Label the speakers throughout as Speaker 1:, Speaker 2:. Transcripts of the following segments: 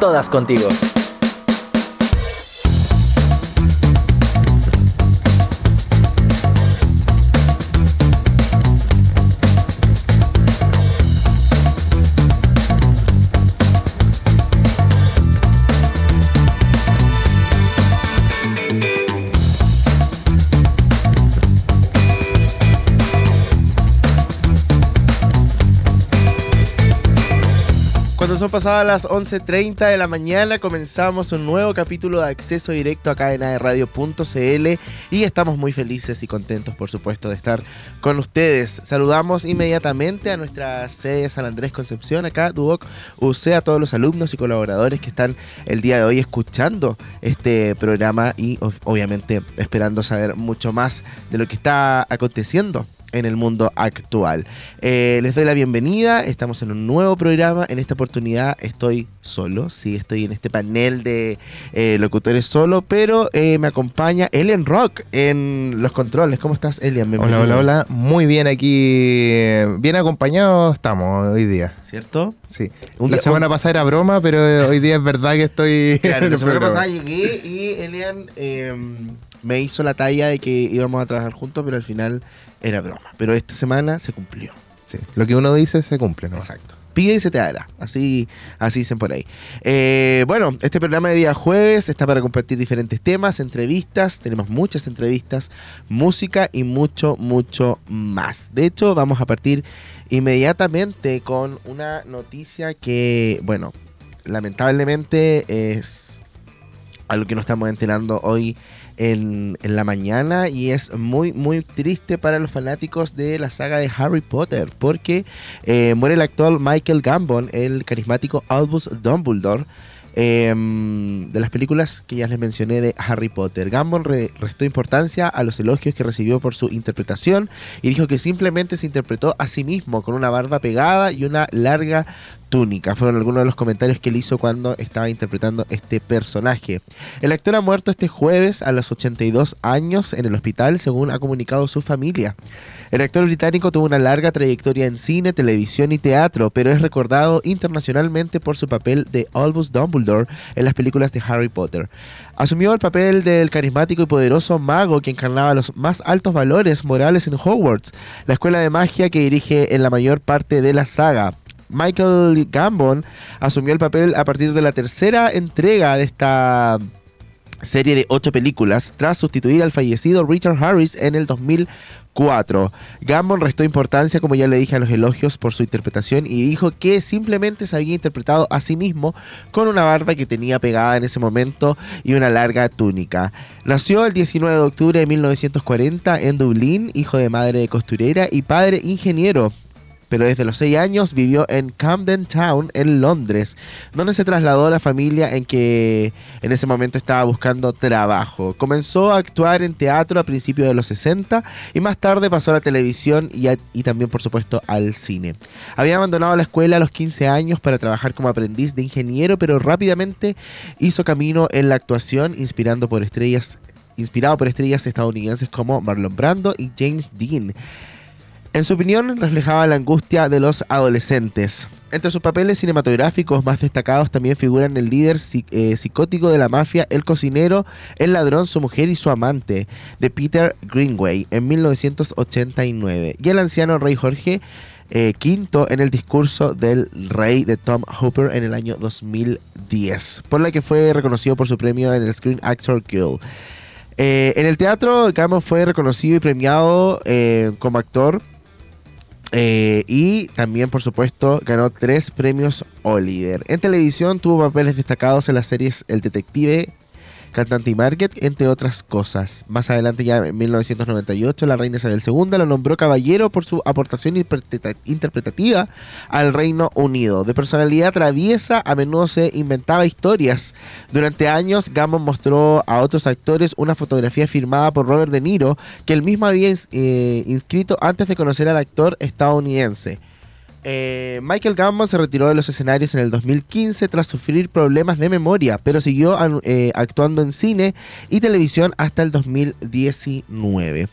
Speaker 1: todas contigo.
Speaker 2: Cuando son pasadas las 11.30 de la mañana, comenzamos un nuevo capítulo de acceso directo acá en aerradio.cl y estamos muy felices y contentos, por supuesto, de estar con ustedes. Saludamos inmediatamente a nuestra sede de San Andrés Concepción, acá, Duoc UC, a todos los alumnos y colaboradores que están el día de hoy escuchando este programa y of- obviamente esperando saber mucho más de lo que está aconteciendo en el mundo actual. Eh, les doy la bienvenida, estamos en un nuevo programa, en esta oportunidad estoy solo, sí, estoy en este panel de eh, locutores solo, pero eh, me acompaña Elian Rock en los controles. ¿Cómo estás, Elian?
Speaker 3: Hola,
Speaker 2: Bienvenido.
Speaker 3: hola, hola. Muy bien aquí. Bien acompañados estamos hoy día.
Speaker 2: ¿Cierto?
Speaker 3: Sí.
Speaker 2: Un
Speaker 3: la
Speaker 2: día-
Speaker 3: semana pasada era broma, pero hoy día es verdad que estoy.
Speaker 2: Claro,
Speaker 3: en
Speaker 2: la
Speaker 3: el
Speaker 2: semana
Speaker 3: programa.
Speaker 2: pasada llegué y Elian eh, me hizo la talla de que íbamos a trabajar juntos, pero al final era broma. Pero esta semana se cumplió.
Speaker 3: Sí. Lo que uno dice se cumple, ¿no?
Speaker 2: Exacto. Pide y se te dará. Así, así dicen por ahí. Eh, bueno, este programa de día jueves está para compartir diferentes temas, entrevistas. Tenemos muchas entrevistas, música y mucho, mucho más. De hecho, vamos a partir inmediatamente con una noticia que, bueno, lamentablemente es algo que nos estamos enterando hoy en, en la mañana y es muy, muy triste para los fanáticos de la saga de Harry Potter porque eh, muere el actor Michael Gambon, el carismático Albus Dumbledore. eh, de las películas que ya les mencioné de Harry Potter, Gambon re- restó importancia a los elogios que recibió por su interpretación y dijo que simplemente se interpretó a sí mismo con una barba pegada y una larga túnica. Fueron algunos de los comentarios que él hizo cuando estaba interpretando este personaje. El actor ha muerto este jueves a los 82 años en el hospital, según ha comunicado su familia. El actor británico tuvo una larga trayectoria en cine, televisión y teatro, pero es recordado internacionalmente por su papel de Albus Dumbledore en las películas de Harry Potter. Asumió el papel del carismático y poderoso mago que encarnaba los más altos valores morales en Hogwarts, la escuela de magia que dirige en la mayor parte de la saga. Michael Gambon asumió el papel a partir de la tercera entrega de esta serie de ocho películas, tras sustituir al fallecido Richard Harris en el 2004. Gambon restó importancia, como ya le dije, a los elogios por su interpretación y dijo que simplemente se había interpretado a sí mismo con una barba que tenía pegada en ese momento y una larga túnica. Nació el 19 de octubre de 1940 en Dublín, hijo de madre costurera y padre ingeniero. Pero desde los 6 años vivió en Camden Town, en Londres, donde se trasladó a la familia en que en ese momento estaba buscando trabajo. Comenzó a actuar en teatro a principios de los 60 y más tarde pasó a la televisión y, a- y también, por supuesto, al cine. Había abandonado la escuela a los 15 años para trabajar como aprendiz de ingeniero, pero rápidamente hizo camino en la actuación, inspirando por estrellas, inspirado por estrellas estadounidenses como Marlon Brando y James Dean. En su opinión, reflejaba la angustia de los adolescentes. Entre sus papeles cinematográficos más destacados también figuran el líder psi- eh, psicótico de la mafia, el cocinero, el ladrón, su mujer y su amante, de Peter Greenway, en 1989, y el anciano rey Jorge eh, V en el discurso del rey de Tom Hooper en el año 2010, por la que fue reconocido por su premio en el Screen Actor Guild. Eh, en el teatro, Gamo fue reconocido y premiado eh, como actor. eh, y también, por supuesto, ganó tres premios Oliver. En televisión tuvo papeles destacados en las series El Detective, Cantante y Market, entre otras cosas. Más adelante, ya en 1998, la reina Isabel II lo nombró caballero por su aportación interpreta- interpretativa al Reino Unido. De personalidad traviesa, a menudo se inventaba historias durante años, Gammon mostró a otros actores una fotografía firmada por Robert De Niro que él mismo había ins- eh, inscrito antes de conocer al actor estadounidense. Eh, Michael Gambon se retiró de los escenarios en el 2015 tras sufrir problemas de memoria, pero siguió anu- eh, actuando en cine y televisión hasta el 2019.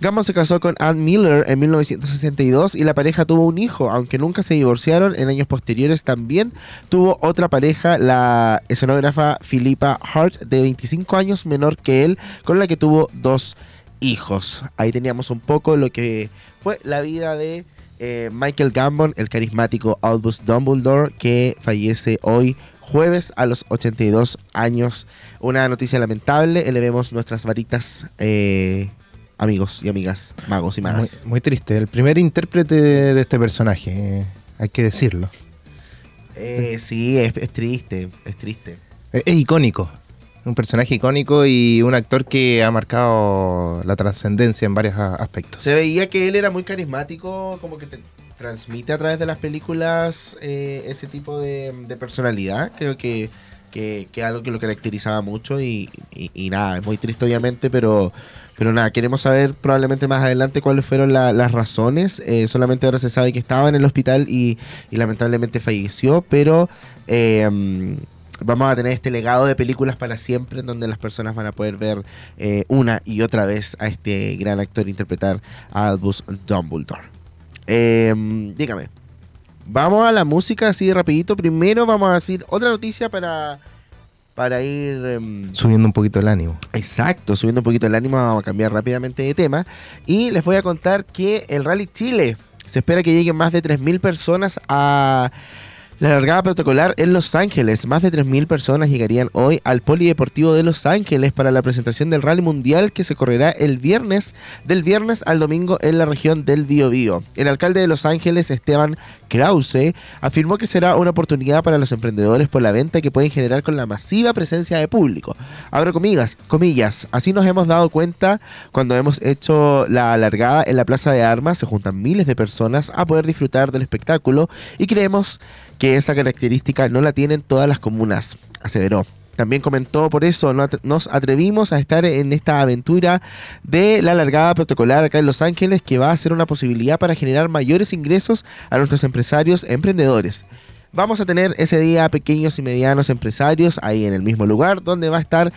Speaker 2: Gambon se casó con Ann Miller en 1962 y la pareja tuvo un hijo, aunque nunca se divorciaron. En años posteriores también tuvo otra pareja, la escenógrafa Philippa Hart, de 25 años menor que él, con la que tuvo dos hijos. Ahí teníamos un poco lo que fue la vida de eh, Michael Gambon, el carismático Albus Dumbledore, que fallece hoy jueves a los 82 años. Una noticia lamentable, elevemos nuestras varitas, eh, amigos y amigas, magos y
Speaker 3: Muy,
Speaker 2: magas.
Speaker 3: muy triste. El primer intérprete de, de este personaje, eh, hay que decirlo.
Speaker 2: Eh, sí, es, es triste, es triste.
Speaker 3: Es, es icónico. Un personaje icónico y un actor que ha marcado la trascendencia en varios a- aspectos.
Speaker 2: Se veía que él era muy carismático, como que te transmite a través de las películas eh, ese tipo de, de personalidad. Creo que, que, que algo que lo caracterizaba mucho y, y- y nada, es muy triste obviamente, pero, pero nada, queremos saber probablemente más adelante cuáles fueron la- las razones. Eh, solamente ahora se sabe que estaba en el hospital y, y lamentablemente falleció, pero... eh, mm, Vamos a tener este legado de películas para siempre, en donde las personas van a poder ver eh, una y otra vez a este gran actor interpretar a Albus Dumbledore. Eh, dígame, vamos a la música así rapidito. Primero vamos a decir otra noticia para, para ir... em,
Speaker 3: Subiendo un poquito el ánimo.
Speaker 2: Exacto, subiendo un poquito el ánimo, vamos a cambiar rápidamente de tema. Y les voy a contar que el Rally Chile se espera que lleguen más de 3.000 personas a la largada protocolar en Los Ángeles. Más de 3.000 personas llegarían hoy al Polideportivo de Los Ángeles para la presentación del Rally Mundial que se correrá el viernes, del viernes al domingo en la región del Biobío. El alcalde de Los Ángeles, Esteban Krause, afirmó que será una oportunidad para los emprendedores por la venta que pueden generar con la masiva presencia de público. Abro comillas, comillas. Así nos hemos dado cuenta cuando hemos hecho la alargada en la Plaza de Armas, se juntan miles de personas a poder disfrutar del espectáculo y creemos que esa característica no la tienen todas las comunas, aseveró. También comentó, por eso no at- nos atrevimos a estar en esta aventura de la largada protocolar acá en Los Ángeles, que va a ser una posibilidad para generar mayores ingresos a nuestros empresarios emprendedores. Vamos a tener ese día pequeños y medianos empresarios ahí en el mismo lugar donde va a estar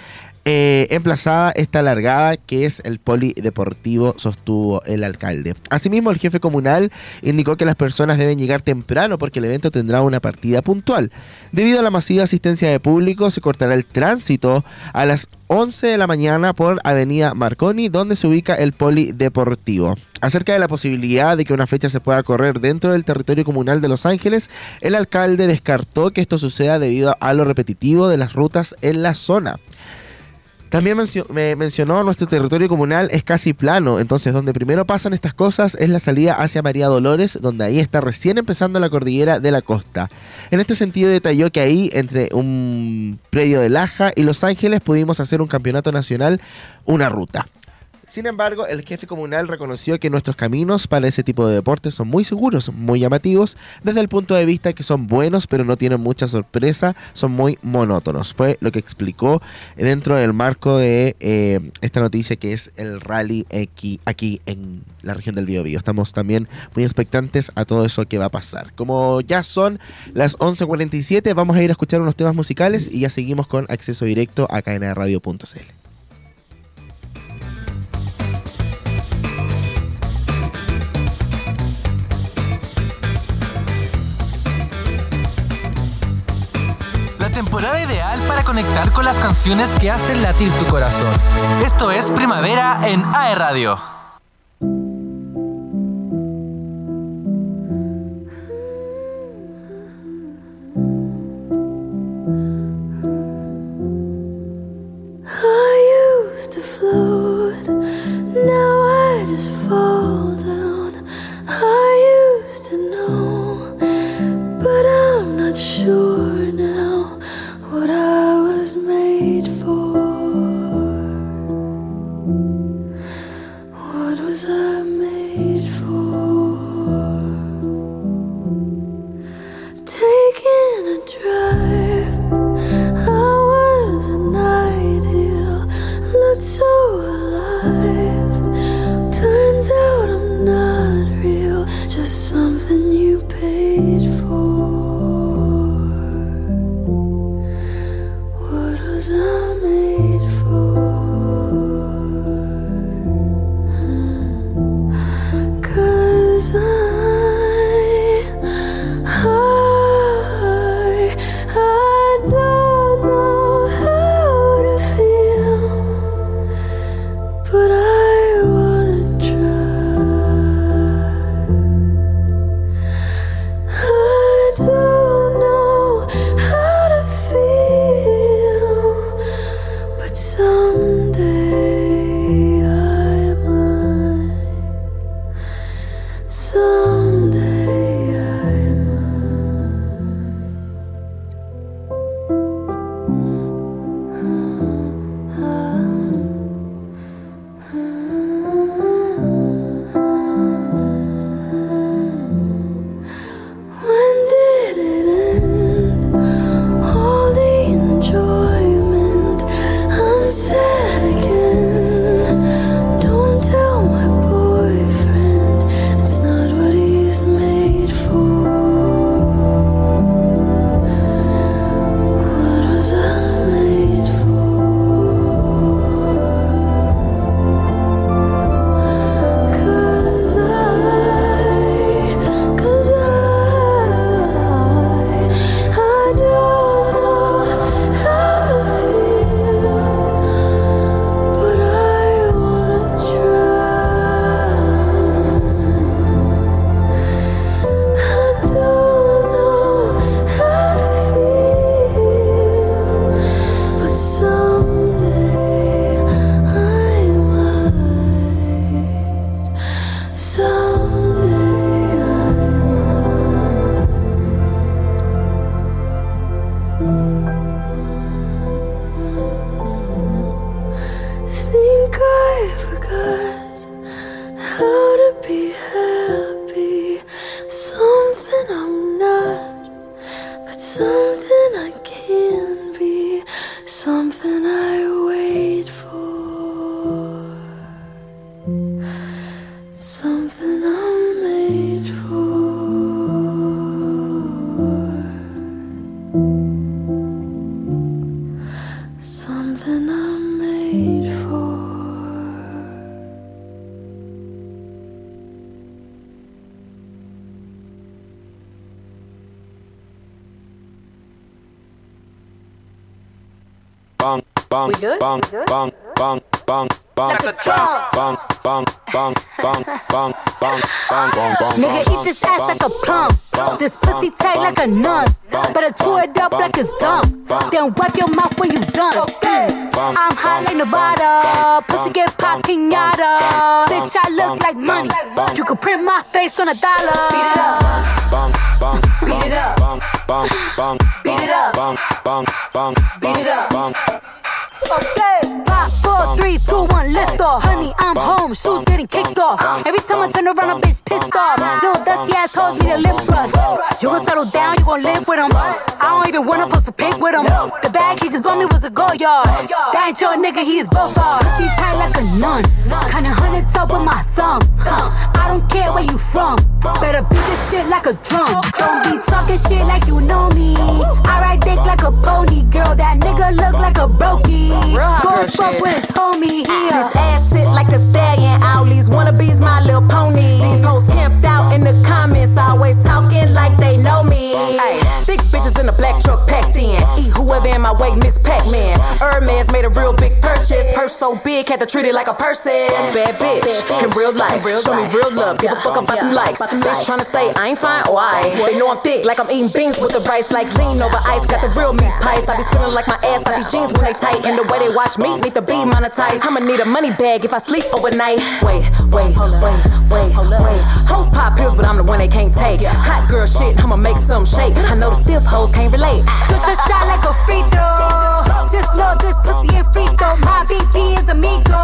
Speaker 2: eh, emplazada esta largada que es el polideportivo, sostuvo el alcalde. Asimismo, el jefe comunal indicó que las personas deben llegar temprano porque el evento tendrá una partida puntual. Debido a la masiva asistencia de público, se cortará el tránsito a las 11 de la mañana por Avenida Marconi, donde se ubica el polideportivo. Acerca de la posibilidad de que una fecha se pueda correr dentro del territorio comunal de Los Ángeles, el alcalde descartó que esto suceda debido a lo repetitivo de las rutas en la zona. También mencio- me mencionó nuestro territorio comunal es casi plano, entonces donde primero pasan estas cosas es la salida hacia María Dolores, donde ahí está recién empezando la cordillera de la costa. En este sentido detalló que ahí, entre un predio de Laja y Los Ángeles, pudimos hacer un campeonato nacional, una ruta. Sin embargo, el jefe comunal reconoció que nuestros caminos para ese tipo de deportes son muy seguros, muy llamativos, desde el punto de vista que son buenos, pero no tienen mucha sorpresa, son muy monótonos. Fue lo que explicó dentro del marco de eh, esta noticia que es el rally aquí, aquí en la región del Biobío. Estamos también muy expectantes a todo eso que va a pasar. Como ya son las 11.47, vamos a ir a escuchar unos temas musicales y ya seguimos con acceso directo a cadenaradio.cl.
Speaker 1: La temporada ideal para conectar con las canciones que hacen latir tu corazón. Esto es Primavera en AE Radio.
Speaker 4: I used to float, now I just fall down. I used to know, but I'm not sure now what I was made for. What
Speaker 5: those I'm made for. Hmm. Cause I, I, I don't know how to feel, but I wanna try. I don't know how to feel, but someday I might. Someday I might. When did it end? All the enjoyment. I'm sad again. Don't tell my boyfriend. It's not what he's made for. What was I made for? Cause I, cause I, I don't know how to feel, but I wanna try. I don't know how to feel, but someday I might. Someday I might. Think I forgot how to be happy. Something I'm not, but something I can be. Something I wait for. Something I'm made for. Something I'm made for.
Speaker 6: bang bang bang bang bang bang bang bang bang bang bang bang bang bang bang bang
Speaker 7: Nigga, eat this ass like a plum. This pussy tight like a nun. Better chew it up like it's gum. Then wipe your mouth when you done. I'm high like Nevada. Pussy get pop pinata. Bitch, I look like money. You could print my face on a dollar. Beat it up.
Speaker 6: bang bang
Speaker 7: Beat it up.
Speaker 6: bang bang bang
Speaker 7: Beat it up.
Speaker 6: bang bang bang
Speaker 7: Beat it up.
Speaker 6: bang
Speaker 7: Okay. Five, four, three, two, one, lift off. Honey, I'm home. Shoes getting kicked off. Every time I turn around, a bitch pissed off. Little dusty assholes need a lip brush. You gon' settle down, you gon' live with him. I don't even wanna post a pic with him. The bag he just bought me was a go yard. That ain't your nigga, he is both off. Pussy tight like a nun. Kinda hundred top with my thumb. I don't care where you from. Better beat this shit like a drum. Don't be talking shit like you know me. I ride dick like a pony, girl. That nigga look like a brokey. Go fuck with his homie here.
Speaker 8: This ass sit like a stallion. All these wannabes, my little ponies. These hoes camped out in the comments, always talking like they know me. Ay, thick bitches in a black truck packed in. Eat whoever in my way, Miss Pac-Man. Hermes made a real big purchase. Purse so big, had to treat it like a person. Bad bitch, in real life, show me real love. Give a fuck about them likes. Bitch tryna say I ain't fine or I. They know I'm thick, like I'm eating beans with the rice. Like lean over ice, got the real meat pies. I be spinning like my ass, like these jeans when they tight. And the way they watch me, need to be monetized. I'ma need a money bag if I sleep overnight. Wait, wait, wait, wait, wait. Hoes pop pills, but I'm the one they can't take. Hot girl shit, I'ma make some shake. I know the stiff hoes can't relate.
Speaker 7: Shoot your shot like a free throw. Just know this pussy ain't free throw. My BP is amigo.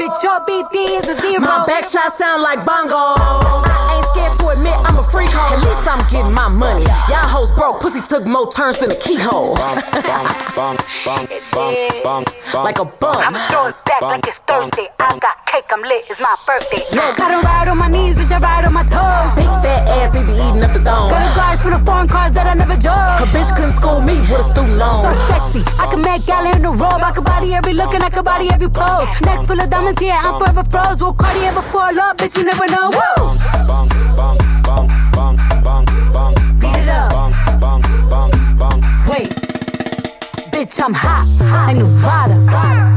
Speaker 7: Bitch, your BP is a zero.
Speaker 8: My back shot sound like bongos. I ain't scared to admit I'm a freak hoe. At least I'm getting my money. Y'all hoes broke, pussy took more turns than a keyhole.
Speaker 6: bang bang bang bang bang
Speaker 8: Like a bum.
Speaker 7: I'm throwing back like it's Thursday. I got cake, I'm lit, it's my birthday.
Speaker 8: Look.
Speaker 7: I don't ride on my knees, bitch, I ride on my toes.
Speaker 8: Big fat ass, they be eating up the thong.
Speaker 7: Got a garage full of foreign cars that I never drove.
Speaker 8: A bitch couldn't school me with a student loan.
Speaker 7: So sexy, cozy. I can make gala in a robe. I can body every look and I can body every pose. Neck full of diamonds, yeah, I'm forever froze. Will Cartier ever fall off? Bitch, you never know. Woo! Beat it up. Wait. Bitch, I'm hot, like Nevada.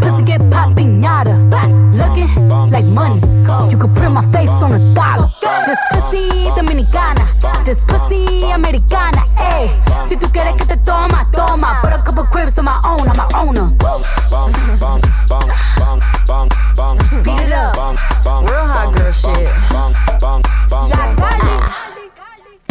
Speaker 7: Pussy get pop pinata. Looking like money. You could print my face on a dollar. This pussy dominicana. This pussy americana. Ay, si tú quieres que te toma, toma. Put a couple cribs on my own, I'm my owner. Beat it up.
Speaker 8: Real hot girl shit.
Speaker 7: La Cali.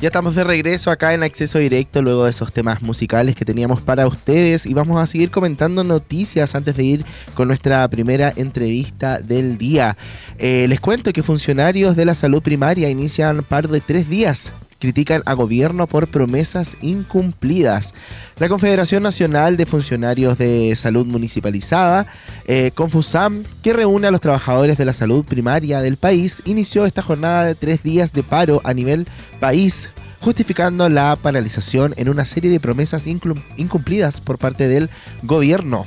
Speaker 2: Ya estamos de regreso acá en acceso directo luego de esos temas musicales que teníamos para ustedes y vamos a seguir comentando noticias antes de ir con nuestra primera entrevista del día. Eh, les cuento que funcionarios de la salud primaria inician par de tres días. Critican a gobierno por promesas incumplidas. La Confederación Nacional de Funcionarios de Salud Municipalizada, eh, Confusam, que reúne a los trabajadores de la salud primaria del país, inició esta jornada de tres días de paro a nivel país, justificando la paralización en una serie de promesas inclu- incumplidas por parte del gobierno.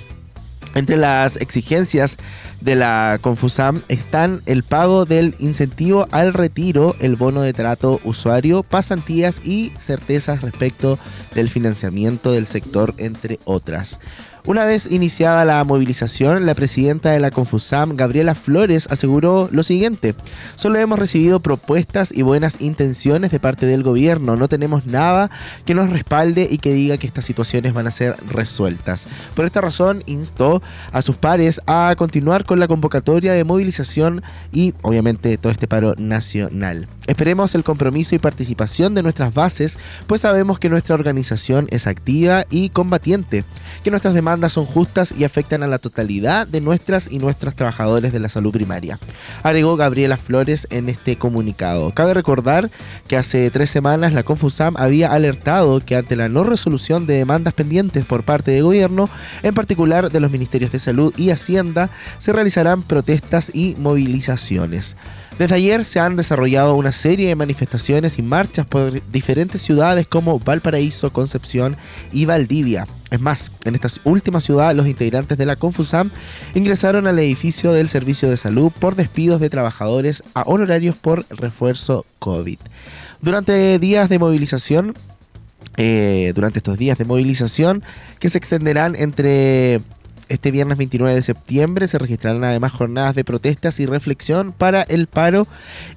Speaker 2: Entre las exigencias de la Confusam están el pago del incentivo al retiro, el bono de trato usuario, pasantías y certezas respecto del financiamiento del sector, entre otras. Una vez iniciada la movilización, la presidenta de la Confusam, Gabriela Flores, aseguró lo siguiente. Solo hemos recibido propuestas y buenas intenciones de parte del gobierno. No tenemos nada que nos respalde y que diga que estas situaciones van a ser resueltas. Por esta razón, instó a sus pares a continuar con la convocatoria de movilización y, obviamente, todo este paro nacional. Esperemos el compromiso y participación de nuestras bases, pues sabemos que nuestra organización es activa y combatiente, que nuestras demandas son justas y afectan a la totalidad de nuestras y nuestros trabajadores de la salud primaria, agregó Gabriela Flores en este comunicado. Cabe recordar que hace tres semanas la Confusam había alertado que ante la no resolución de demandas pendientes por parte del gobierno, en particular de los ministerios de salud y hacienda, se realizarán protestas y movilizaciones. Desde ayer se han desarrollado una serie de manifestaciones y marchas por diferentes ciudades como Valparaíso, Concepción y Valdivia. Es más, en esta última ciudad los integrantes de la Confusam ingresaron al edificio del Servicio de Salud por despidos de trabajadores a honorarios por refuerzo COVID. Durante días de movilización, eh, durante estos días de movilización que se extenderán entre este viernes 29 de septiembre se registrarán además jornadas de protestas y reflexión para el paro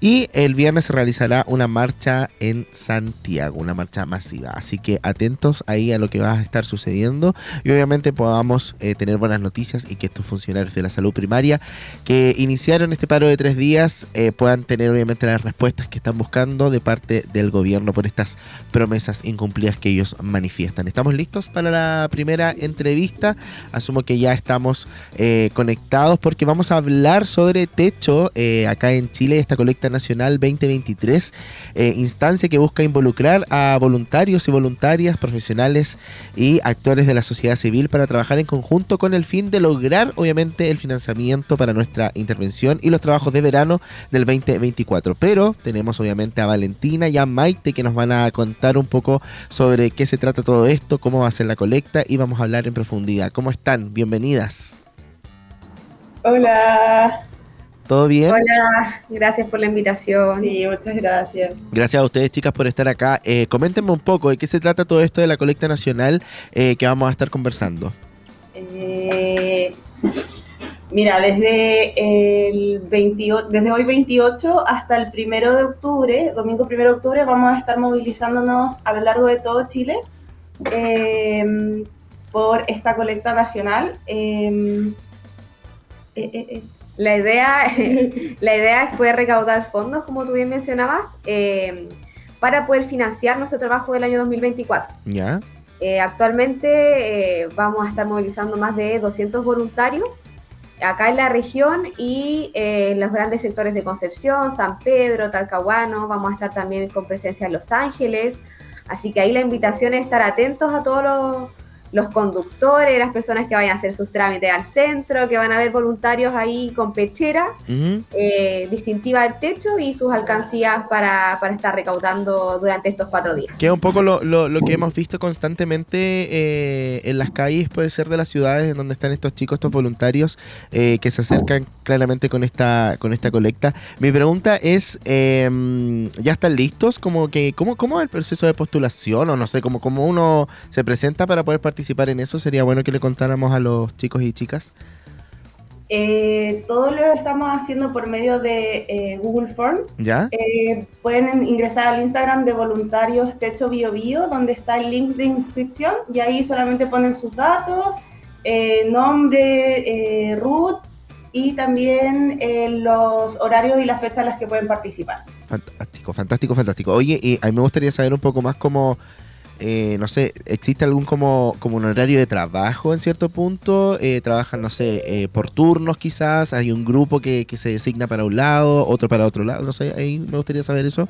Speaker 2: y el viernes se realizará una marcha en Santiago, una marcha masiva. Así que atentos ahí a lo que va a estar sucediendo y obviamente podamos eh, tener buenas noticias y que estos funcionarios de la salud primaria que iniciaron este paro de tres días eh, puedan tener obviamente las respuestas que están buscando de parte del gobierno por estas promesas incumplidas que ellos manifiestan. Estamos listos para la primera entrevista. Asumo que ya estamos eh, conectados porque vamos a hablar sobre techo eh, acá en Chile, esta colecta nacional 2023, eh, instancia que busca involucrar a voluntarios y voluntarias, profesionales y actores de la sociedad civil para trabajar en conjunto con el fin de lograr obviamente el financiamiento para nuestra intervención y los trabajos de verano del 2024. Pero tenemos obviamente a Valentina y a Maite que nos van a contar un poco sobre qué se trata todo esto, cómo va a ser la colecta y vamos a hablar en profundidad. ¿Cómo están? Bienvenidas.
Speaker 9: Hola.
Speaker 2: ¿Todo bien?
Speaker 10: Hola, gracias por la invitación.
Speaker 9: Sí, muchas gracias.
Speaker 2: Gracias a ustedes, chicas, por estar acá. Eh, coméntenme un poco de qué se trata todo esto de la colecta nacional eh, que vamos a estar conversando.
Speaker 9: Eh, mira, desde, el 28 desde hoy 28 hasta el primero de octubre, domingo primero de octubre, vamos a estar movilizándonos a lo largo de todo Chile eh, por esta colecta nacional. Eh, eh, eh, eh.
Speaker 10: La idea, la idea fue recaudar fondos, como tú bien mencionabas, eh, para poder financiar nuestro trabajo del año 2024.
Speaker 2: ¿Ya?
Speaker 10: Eh, actualmente eh, vamos a estar movilizando más de 200 voluntarios acá en la región y eh, en los grandes sectores de Concepción, San Pedro, Talcahuano, vamos a estar también con presencia en Los Ángeles, así que ahí la invitación es estar atentos a todos los, los conductores, las personas que vayan a hacer sus trámites al centro, que van a ver voluntarios ahí con pechera
Speaker 2: Ujú.
Speaker 10: eh, distintiva del techo y sus alcancías para, para estar recaudando durante estos cuatro días.
Speaker 2: Que es un poco lo, lo- lo que hemos visto constantemente eh, en las calles, puede ser de las ciudades en donde están estos chicos, estos voluntarios eh, que se acercan claramente con esta, con esta colecta. Mi pregunta es, eh, ¿ya están listos? Como que, ¿cómo, ¿Cómo es el proceso de postulación? O no sé, como, como uno se presenta para poder participar en eso, sería bueno que le contáramos a los chicos y chicas.
Speaker 9: Eh, todo lo estamos haciendo por medio de eh, Google Form.
Speaker 2: ¿Ya?
Speaker 9: Eh, pueden ingresar al Instagram de voluntarios Techo Bio Bio, donde está el link de inscripción, y ahí solamente ponen sus datos, eh, nombre, eh, root y también eh, los horarios y las fechas en las que pueden participar.
Speaker 2: Fantástico, fantástico, fantástico. Oye, y a mí me gustaría saber un poco más como, eh, no sé, ¿existe algún como, como un horario de trabajo en cierto punto? Eh, ¿Trabajan, no sé, eh, por turnos quizás? ¿Hay un grupo que, que se designa para un lado, otro para otro lado? No sé, ahí me gustaría saber eso.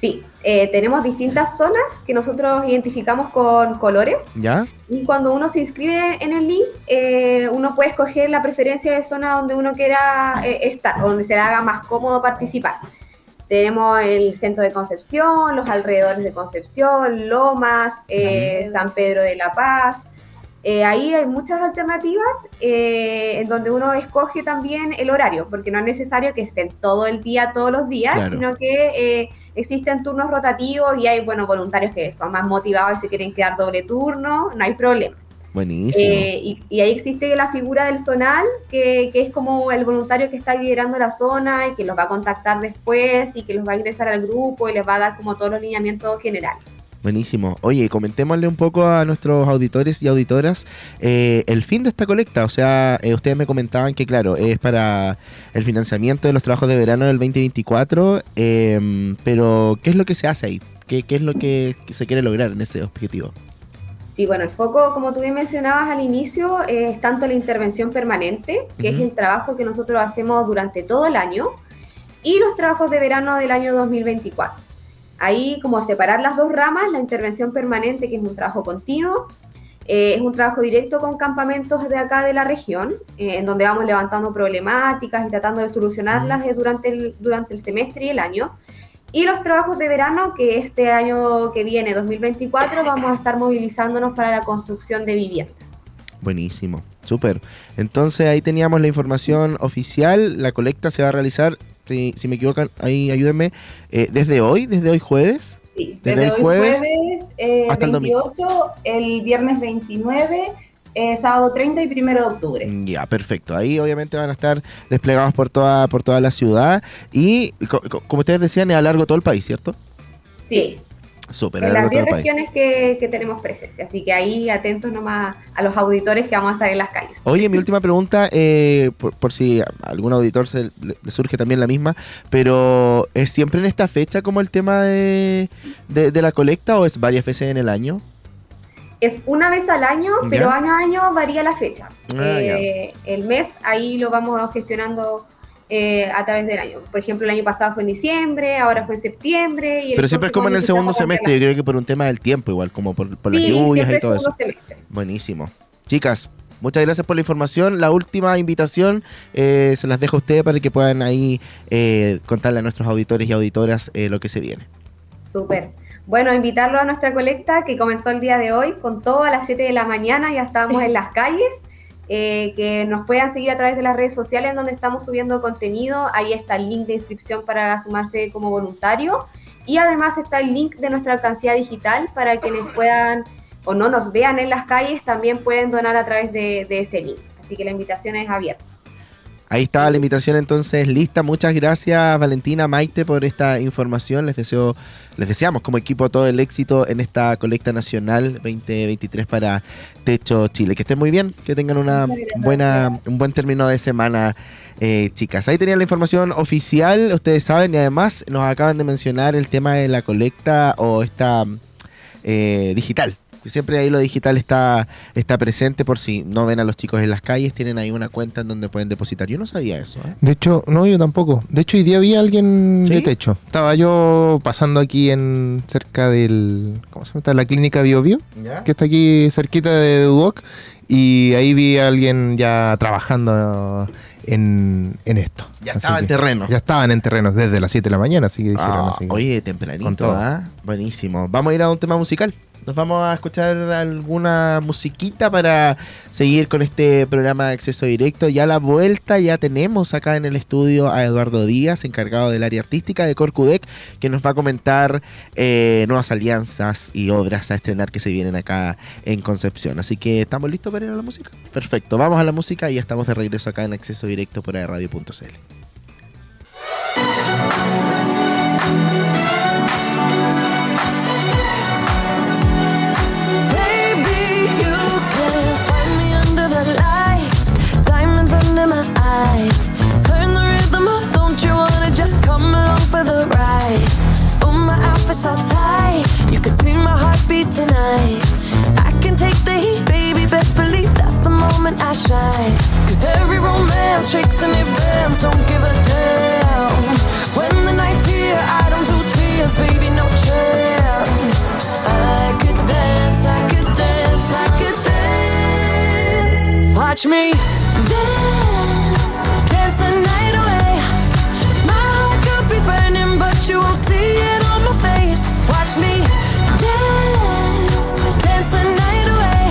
Speaker 10: Sí, eh, tenemos distintas zonas que nosotros identificamos con colores
Speaker 2: ¿Ya?
Speaker 10: y cuando uno se inscribe en el link, eh, uno puede escoger la preferencia de zona donde uno quiera eh, estar, donde se le haga más cómodo participar. Tenemos el centro de Concepción, los alrededores de Concepción, Lomas, eh, San Pedro de la Paz. Eh, ahí hay muchas alternativas eh, en donde uno escoge también el horario, porque no es necesario que estén todo el día, todos los días,
Speaker 2: Claro.
Speaker 10: sino que eh, existen turnos rotativos y hay bueno, voluntarios que son más motivados y se quieren quedar doble turno, no hay problema.
Speaker 2: Buenísimo.
Speaker 10: Eh, y, y ahí existe la figura del zonal, que, que es como el voluntario que está liderando la zona y que los va a contactar después y que los va a ingresar al grupo y les va a dar como todos los lineamientos generales.
Speaker 2: Buenísimo. Oye, comentémosle un poco a nuestros auditores y auditoras eh, el fin de esta colecta. O sea, eh, ustedes me comentaban que, claro, es para el financiamiento de los trabajos de verano del 2024, eh, pero ¿qué es lo que se hace ahí? ¿Qué, qué es lo que, que se quiere lograr en ese objetivo?
Speaker 10: Sí, bueno, el foco, como tú bien mencionabas al inicio, eh, es tanto la intervención permanente, que es
Speaker 2: Ujú.
Speaker 10: el trabajo que nosotros hacemos durante todo el año, y los trabajos de verano del año 2024. Ahí, como separar las dos ramas, la intervención permanente, que es un trabajo continuo, eh, es un trabajo directo con campamentos de acá de la región, eh, en donde vamos levantando problemáticas y tratando de
Speaker 2: Mm.
Speaker 10: solucionarlas eh, durante, el, durante el semestre y el año. Y los trabajos de verano, que este año que viene, 2024, vamos a estar movilizándonos para la construcción de viviendas.
Speaker 2: Buenísimo, súper. Entonces ahí teníamos la información oficial. La colecta se va a realizar, si, si me equivocan, ahí ayúdenme, eh, desde hoy, desde hoy jueves.
Speaker 9: Sí,
Speaker 2: Desde
Speaker 9: desde
Speaker 2: el
Speaker 9: hoy
Speaker 2: jueves
Speaker 9: jueves, eh,
Speaker 2: hasta el domingo.
Speaker 9: 28, el viernes 29, eh, sábado 30 y primero de octubre.
Speaker 2: Ya, perfecto. Ahí obviamente van a estar desplegados por toda, por toda la ciudad y, co- co- como ustedes decían, es a largo todo el país, ¿cierto?
Speaker 10: Sí,
Speaker 2: Súper, a
Speaker 10: en
Speaker 2: largo
Speaker 10: las
Speaker 2: todo
Speaker 10: 10
Speaker 2: el país.
Speaker 10: regiones que, que tenemos presencia. Así que ahí atentos nomás a los auditores que vamos a estar en las calles.
Speaker 2: Oye, mi última pregunta, eh, por, por si a algún auditor se, le, le surge también la misma, pero ¿es siempre en esta fecha como el tema de, de, de la colecta o es varias veces en el año?
Speaker 10: Es una vez al año,
Speaker 2: Ya.
Speaker 10: pero año a año varía la fecha.
Speaker 2: Ah,
Speaker 10: Eh, el mes ahí lo vamos gestionando eh, a través del año. Por ejemplo, el año pasado fue en diciembre, ahora fue en septiembre. Y el
Speaker 2: Pero siempre es como en el
Speaker 10: próximo
Speaker 2: segundo
Speaker 10: necesitamos
Speaker 2: semestre, yo creo que por un tema del tiempo igual, como por, por las
Speaker 10: Sí,
Speaker 2: lluvias
Speaker 10: siempre
Speaker 2: y todo
Speaker 10: el
Speaker 2: eso.
Speaker 10: segundo semestre.
Speaker 2: Buenísimo. Chicas, muchas gracias por la información. La última invitación eh, se las dejo a ustedes para que puedan ahí eh, contarle a nuestros auditores y auditoras eh, lo que se viene.
Speaker 10: Súper. Bueno, invitarlo a nuestra colecta que comenzó el día de hoy con todo a las 7 de la mañana, ya estamos en las calles. eh, que nos puedan seguir a través de las redes sociales donde estamos subiendo contenido. Ahí está el link de inscripción para sumarse como voluntario. Y además está el link de nuestra alcancía digital para quienes puedan o no nos vean en las calles, también pueden donar a través de, de ese link. Así que la invitación es abierta.
Speaker 2: Ahí estaba la invitación entonces lista. Muchas gracias Valentina, Maite por esta información. Les deseo, les deseamos como equipo todo el éxito en esta colecta nacional 2023 para Techo Chile. Que estén muy bien, que tengan una
Speaker 10: Muchas gracias.
Speaker 2: buena, un buen término de semana, eh, chicas. Ahí tenían la información oficial, ustedes saben, y además nos acaban de mencionar el tema de la colecta o esta eh, digital. Siempre ahí lo digital está, está presente por si no ven a los chicos en las calles, tienen ahí una cuenta en donde pueden depositar. Yo no sabía eso. ¿eh?
Speaker 3: De hecho, no, yo tampoco. De hecho, hoy día vi a alguien
Speaker 2: ¿Sí?
Speaker 3: de techo. Estaba yo pasando aquí en cerca del. ¿Cómo se llama? esta? La clínica Bio Bio, que está aquí cerquita de Duoc. Y ahí vi a alguien ya trabajando en, en esto.
Speaker 2: Ya
Speaker 3: Así
Speaker 2: estaba en
Speaker 3: que-
Speaker 2: terreno.
Speaker 3: Ya estaban en terrenos desde las 7 de la mañana, así que dijeron
Speaker 2: Ah,
Speaker 3: así que-
Speaker 2: oye,
Speaker 3: con
Speaker 2: tempranito,
Speaker 3: todo.
Speaker 2: ¿ah? Buenísimo. Vamos a ir a un tema musical. Nos vamos a escuchar alguna musiquita para seguir con este programa de acceso directo. Ya a la vuelta, ya tenemos acá en el estudio a Eduardo Díaz, encargado del área artística de Corcudec, que nos va a comentar eh, nuevas alianzas y obras a estrenar que se vienen acá en Concepción. Así que estamos listos para ir a la música. Perfecto, vamos a la música y ya estamos de regreso acá en acceso directo por radio.cl.
Speaker 4: Baby, you can find me under the lights, diamonds under my eyes. Turn the rhythm up, don't you wanna just come along for the ride? Oh, my outfit's all tight, you can see my heartbeat tonight. I can take the heat, baby, best believe that's the moment I shine. Cause every romance shakes and it bends, don't give a damn. When the night's here, I don't do tears, baby, no chance. I could dance, I could dance, I could dance. Watch me dance, dance the night away. My heart could be burning, but you won't see it on my face. Watch me dance, dance the night away.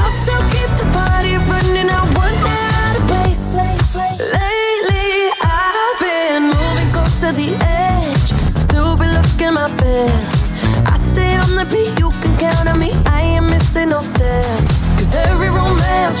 Speaker 4: I'll still keep the party running. I wonder how to place. Lately, I've been moving close to the edge. Still be looking my best. I stay on the beat, you can count on me. I ain't missing no steps. Cause every romance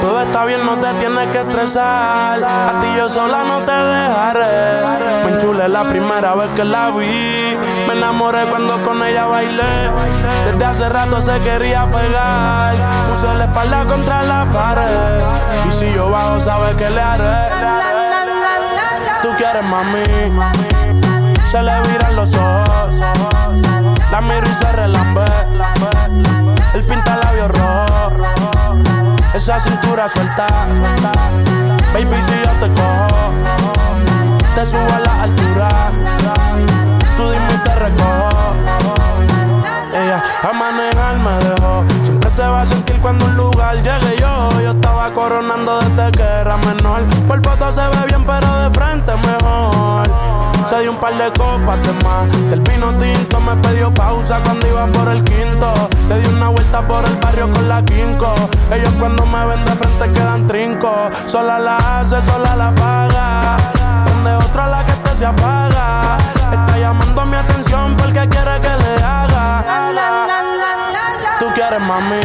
Speaker 11: Todo está bien, no te tienes que estresar. A ti yo sola no te dejaré. Me enchulé la primera vez que la vi. Me enamoré cuando con ella bailé. Desde hace rato se quería pegar. Puse la espalda contra la pared. Y si yo bajo, sabes que le haré. Tú quieres mami. Se le viran los ojos. La miro y se relambé. El pinta labios rojo. Esa cintura suelta Baby, si yo te cojo Te subo a la altura Tú dime y te recojo Ella a manejar me dejó Siempre se va a sentir fácil cuando a un lugar llegué yo. Yo estaba coronando desde que era menor. Por foto se ve bien, pero de frente mejor. Se dio un par de copas de más. Del vino tinto me pidió pausa cuando iba por el quinto. Le di una vuelta por el barrio con la quinco. Ellos cuando me ven de frente quedan trinco. Sola la hace, sola la paga. Prende otra la que te se apaga. Está llamando mi atención porque quiere que le haga. Tú quieres mami,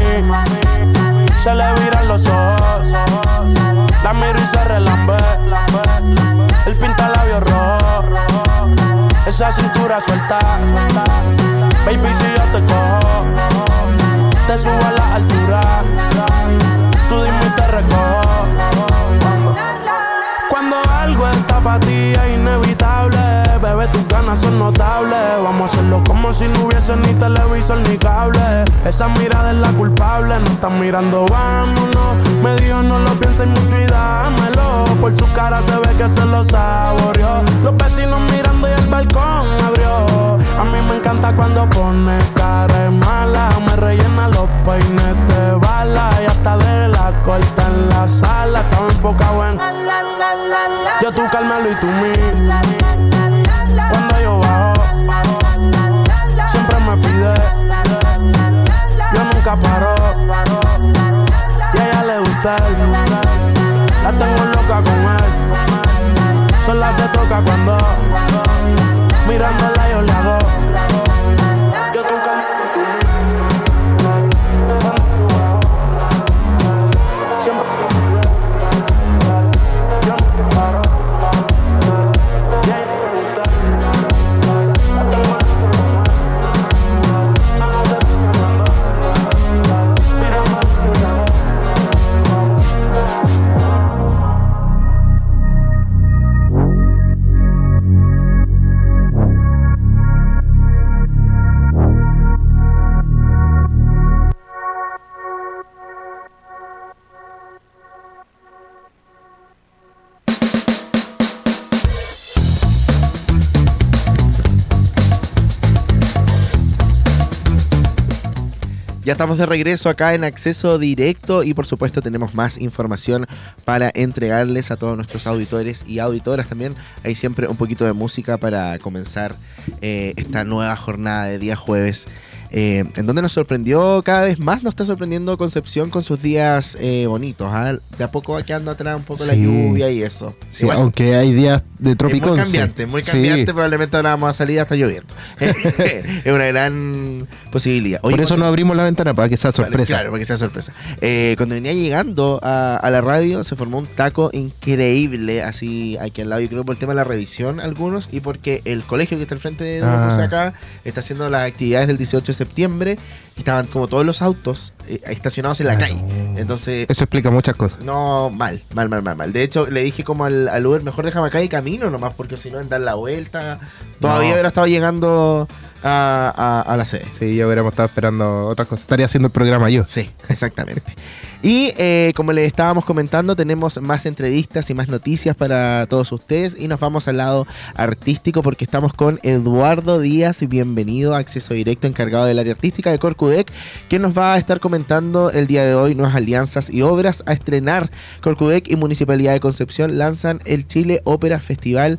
Speaker 11: se le viran los ojos. La miro y se relambe. El pinta labios rojo. Esa cintura suelta. Baby, si yo te cojo, te subo a la altura. Tú dime y te recojo. Cuando algo está para ti es inevitable, bebé, tus ganas son notables. Vamos a hacerlo como si no hubiese ni televisor ni cable. Esa mirada es la culpable, no están mirando, vámonos. Me dijo, no lo pienses mucho y dámelo. Por su cara se ve que se lo saboreó. Los vecinos mirando y el balcón abrió. A mí me encanta cuando pone cara de mala. Me rellena los peines de bala. Y hasta de la corta en la sala. Estaba enfocado en. Yo tú Carmelo y tú mí. Cuando yo bajo, siempre me pide. Yo nunca paro. Y a ella le gusta él. La tengo loca con él. Sola se toca cuando mirándola yo le hago. Yo tú Carmelo y tú mí. Siempre yo no te paro. Y a ella le gusta. La tengo
Speaker 2: Ya estamos de regreso acá en acceso directo y por supuesto tenemos más información para entregarles a todos nuestros auditores y auditoras también. Hay siempre un poquito de música para comenzar eh, esta nueva jornada de día jueves. eh, en donde nos sorprendió cada vez más, nos está sorprendiendo Concepción con sus días eh, bonitos. ¿ah? De a poco va quedando atrás un poco la
Speaker 3: Sí.
Speaker 2: lluvia y eso.
Speaker 3: Sí,
Speaker 2: Igual,
Speaker 3: aunque hay días de
Speaker 2: es muy
Speaker 3: tropicón.
Speaker 2: cambiante, muy cambiante. Probablemente ahora vamos a salir hasta lloviendo. Eh, es una gran posibilidad. Oye,
Speaker 3: Por eso
Speaker 2: cuando-
Speaker 3: no abrimos la ventana para que sea sorpresa.
Speaker 2: Claro, para que sea sorpresa. Eh, cuando venía llegando a, a la radio, se formó un taco increíble, así aquí al lado. Yo creo por el tema de la revisión, algunos, y porque el colegio que está al frente de Don
Speaker 3: Ah.
Speaker 2: José acá está haciendo las actividades del 18 de septiembre. y estaban como todos los autos eh, estacionados en la
Speaker 3: Ah,
Speaker 2: calle.
Speaker 3: no.
Speaker 2: Entonces,
Speaker 3: Eso explica muchas cosas.
Speaker 2: no, mal, mal, mal, mal, mal. De hecho, le dije como al, al Uber, mejor déjame acá y camino nomás, porque si no, en dar la vuelta. Todavía
Speaker 3: No.
Speaker 2: hubiera estado llegando a, a- a la sede.
Speaker 3: Sí, ya hubiéramos estado esperando otras cosas. Estaría haciendo el programa yo.
Speaker 2: Sí, exactamente. Y eh, como les estábamos comentando, tenemos más entrevistas y más noticias para todos ustedes. Y nos vamos al lado artístico porque estamos con Eduardo Díaz. Bienvenido a Acceso Directo, encargado del área artística de Corcudec, quien nos va a estar comentando el día de hoy nuevas alianzas y obras a estrenar. Corcudec y Municipalidad de Concepción lanzan el Chile Ópera Festival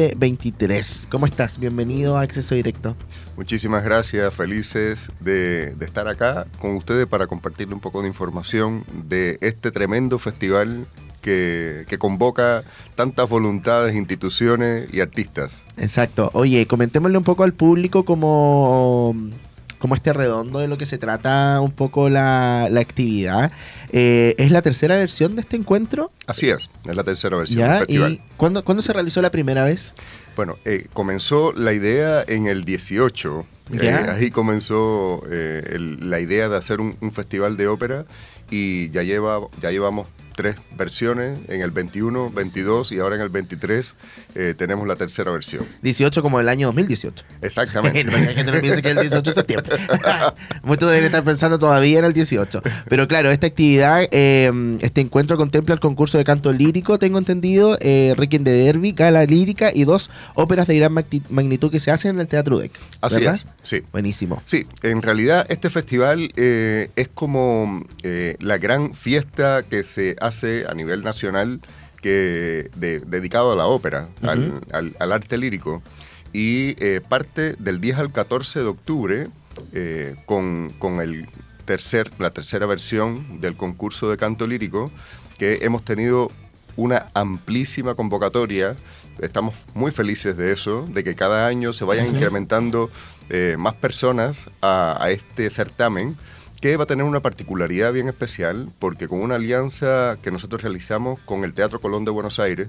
Speaker 2: 2023. ¿Cómo estás? Bienvenido a Acceso Directo.
Speaker 12: Muchísimas gracias, felices de, de estar acá con ustedes para compartirle un poco de información de este tremendo festival que, que convoca tantas voluntades, instituciones y artistas.
Speaker 2: Exacto. Oye, comentémosle un poco al público como, como este redondo de lo que se trata un poco la, la actividad. Eh, es la tercera versión de este encuentro.
Speaker 12: Así es, es la tercera versión
Speaker 2: ¿Ya?
Speaker 12: del festival.
Speaker 2: ¿Y cuándo, cuándo se realizó la primera vez?
Speaker 12: Bueno, eh, comenzó la idea en el 18. eh,
Speaker 2: Ya.
Speaker 12: ahí comenzó eh, el- la idea de hacer un, un festival de ópera y ya, lleva, ya llevamos tres versiones en el 21, 22 y ahora en el 23 eh, tenemos la tercera versión.
Speaker 2: 18 como el año 2018.
Speaker 12: Exactamente.
Speaker 2: Para que la gente no piense que es el 18 de septiembre. Muchos deben estar pensando todavía en el 18. Pero claro, esta actividad, eh, este encuentro contempla el concurso de canto lírico, tengo entendido, eh, Requiem de Derby, gala lírica y dos óperas de gran magti- magnitud que se hacen en el Teatro UDEC.
Speaker 12: Así
Speaker 2: ¿verdad?
Speaker 12: es. Sí.
Speaker 2: Buenísimo.
Speaker 12: Sí, en realidad este festival eh, es como eh, la gran fiesta que se hace a nivel nacional que de- dedicado a la ópera, al, al- al arte lírico. Y eh, parte del 10 al 14 de octubre eh, con, con el tercer, la tercera versión del concurso de canto lírico, que hemos tenido una amplísima convocatoria. Estamos muy felices de eso, de que cada año se vayan incrementando eh, más personas a, a este certamen, que va a tener una particularidad bien especial, porque con una alianza que nosotros realizamos con el Teatro Colón de Buenos Aires,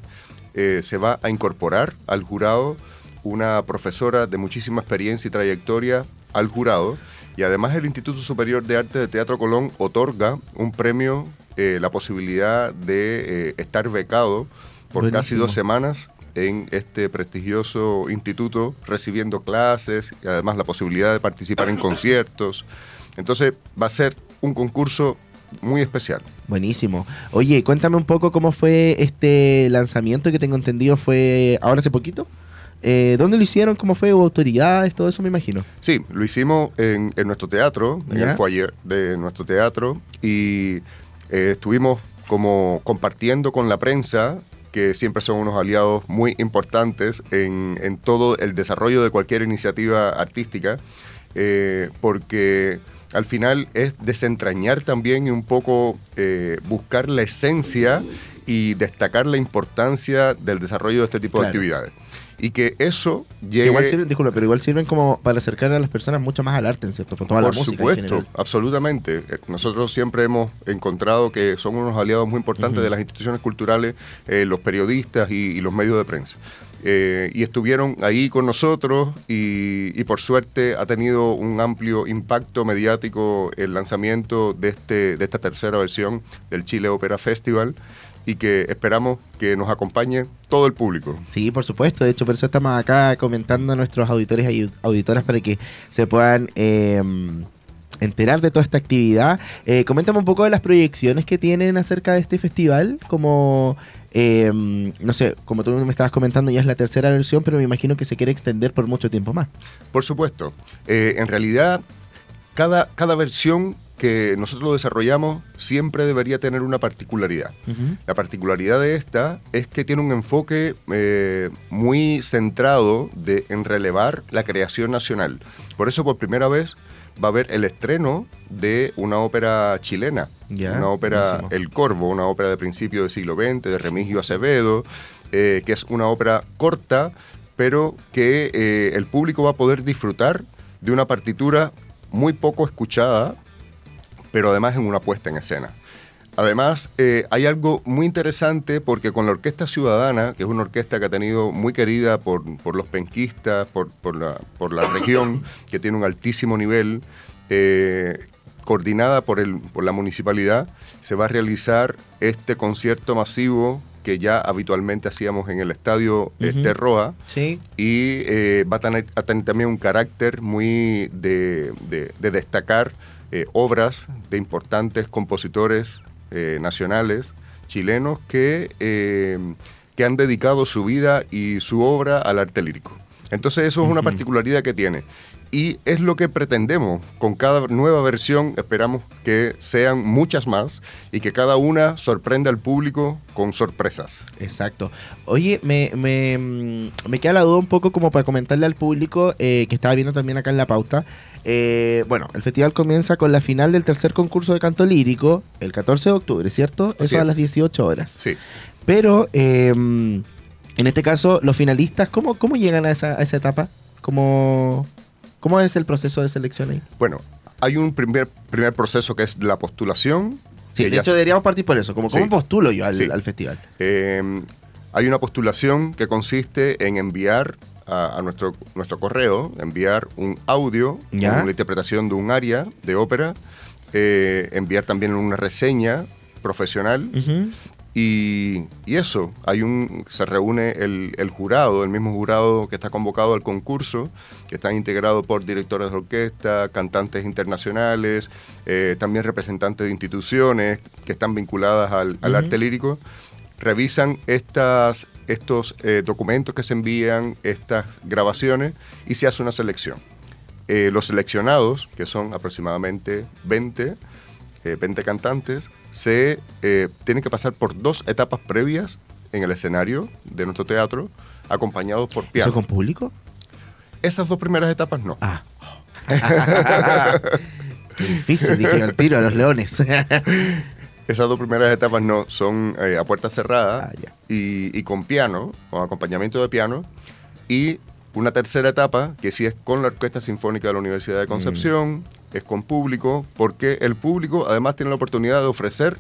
Speaker 12: eh, se va a incorporar al jurado una profesora de muchísima experiencia y trayectoria al jurado. Y además el Instituto Superior de Arte de Teatro Colón otorga un premio, eh, la posibilidad de eh, estar becado por casi
Speaker 2: Buenísimo.
Speaker 12: dos semanas en este prestigioso instituto, recibiendo clases y además la posibilidad de participar en conciertos. Entonces va a ser un concurso muy especial.
Speaker 2: Buenísimo. Oye, cuéntame un poco cómo fue este lanzamiento que tengo entendido fue ahora hace poquito. Eh, ¿Dónde lo hicieron? ¿Cómo fue? ¿Hubo autoridades? Todo eso me imagino.
Speaker 12: Sí, lo hicimos en, en nuestro teatro, en
Speaker 2: Ya.
Speaker 12: el foyer de nuestro teatro, y eh, estuvimos como compartiendo con la prensa, que siempre son unos aliados muy importantes en, en todo el desarrollo de cualquier iniciativa artística, eh, porque al final es desentrañar también y un poco eh, buscar la esencia y destacar la importancia del desarrollo de este tipo
Speaker 2: Claro.
Speaker 12: de actividades. Y que eso llegue...
Speaker 2: igual sirven, disculpa, pero igual sirven como para acercar a las personas mucho más al arte, en cierto punto, a la
Speaker 12: Por
Speaker 2: música en
Speaker 12: supuesto,
Speaker 2: general.
Speaker 12: absolutamente. Eh, Nosotros siempre hemos encontrado que son unos aliados muy importantes de las instituciones culturales, eh, los periodistas y, y los medios de prensa. Eh, y estuvieron ahí con nosotros y, y por suerte ha tenido un amplio impacto mediático el lanzamiento de, este, de esta tercera versión del Chile Opera Festival y que esperamos que nos acompañe todo el público.
Speaker 2: Sí, por supuesto. De hecho, por eso estamos acá comentando a nuestros auditores y auditoras para que se puedan eh, enterar de toda esta actividad. Eh, coméntame un poco de las proyecciones que tienen acerca de este festival. Como, eh, no sé, como tú me estabas comentando, ya es la tercera versión, pero me imagino que se quiere extender por mucho tiempo más.
Speaker 12: Por supuesto. Eh, en realidad, cada, cada versión que nosotros desarrollamos siempre debería tener una particularidad. La particularidad de esta es que tiene un enfoque eh, muy centrado de, en relevar la creación nacional. Por eso, por primera vez, va a haber el estreno de una ópera chilena.
Speaker 2: Ya,
Speaker 12: una ópera
Speaker 2: buenísimo.
Speaker 12: El Corvo, una ópera de principio del siglo XX, de Remigio Acevedo, eh, que es una ópera corta, pero que eh, el público va a poder disfrutar de una partitura muy poco escuchada, pero además en una puesta en escena. Además, eh, hay algo muy interesante porque con la Orquesta Ciudadana, que es una orquesta que ha tenido muy querida por, por los penquistas, por, por la, por la región, que tiene un altísimo nivel, eh, coordinada por, el, por la municipalidad, se va a realizar este concierto masivo que ya habitualmente hacíamos en el estadio este, Roa,
Speaker 2: Sí.
Speaker 12: y eh, va a tener, a tener también un carácter muy de, de- de destacar eh, obras de importantes compositores eh, nacionales chilenos que, eh, que han dedicado su vida y su obra al arte lírico. Entonces eso es una particularidad que tiene. Y es lo que pretendemos. Con cada nueva versión esperamos que sean muchas más y que cada una sorprenda al público con sorpresas.
Speaker 2: Exacto. Oye, me, me, mm, me queda la duda un poco como para comentarle al público eh, que estaba viendo también acá en la pauta. Eh, bueno, el festival comienza con la final del tercer concurso de canto lírico el 14 de octubre, ¿cierto?
Speaker 12: Así
Speaker 2: Eso a
Speaker 12: es.
Speaker 2: las 18 horas.
Speaker 12: Sí.
Speaker 2: Pero eh, mm, en este caso, los finalistas, ¿cómo, cómo llegan a esa, a esa etapa? ¿Cómo, ¿Cómo es el proceso de selección ahí?
Speaker 12: Bueno, hay un primer, primer proceso que es la postulación.
Speaker 2: Sí,
Speaker 12: que
Speaker 2: de
Speaker 12: ya
Speaker 2: hecho
Speaker 12: se-
Speaker 2: deberíamos partir por eso. Como, ¿Cómo
Speaker 12: Sí.
Speaker 2: postulo yo al,
Speaker 12: Sí.
Speaker 2: al festival?
Speaker 12: eh, hay una postulación que consiste en enviar a, a nuestro, nuestro correo, enviar un audio,
Speaker 2: Ya.
Speaker 12: con una interpretación de un área de ópera, eh, enviar también una reseña profesional
Speaker 2: Ujú.
Speaker 12: y, y eso, hay un, se reúne el, el jurado, el mismo jurado que está convocado al concurso, que están integrado por directores de orquesta, cantantes internacionales, eh, también representantes de instituciones que están vinculadas al, al arte lírico, revisan estas, estos eh, documentos que se envían, estas grabaciones, y se hace una selección. Eh, los seleccionados, que son aproximadamente 20, eh, 20 cantantes, se eh, tienen que pasar por dos etapas previas en el escenario de nuestro teatro, acompañados por
Speaker 2: ¿Eso
Speaker 12: piano.
Speaker 2: con público?
Speaker 12: Esas dos primeras etapas no.
Speaker 2: Ah. Qué difícil, dije al tiro a los leones.
Speaker 12: Esas dos primeras etapas no, son eh, a puerta cerrada
Speaker 2: Ah, ya.
Speaker 12: y, y con piano, con acompañamiento de piano. Y una tercera etapa, que sí es con la Orquesta Sinfónica de la Universidad de Concepción,
Speaker 2: Mm.
Speaker 12: es con público, porque el público además tiene la oportunidad de ofrecer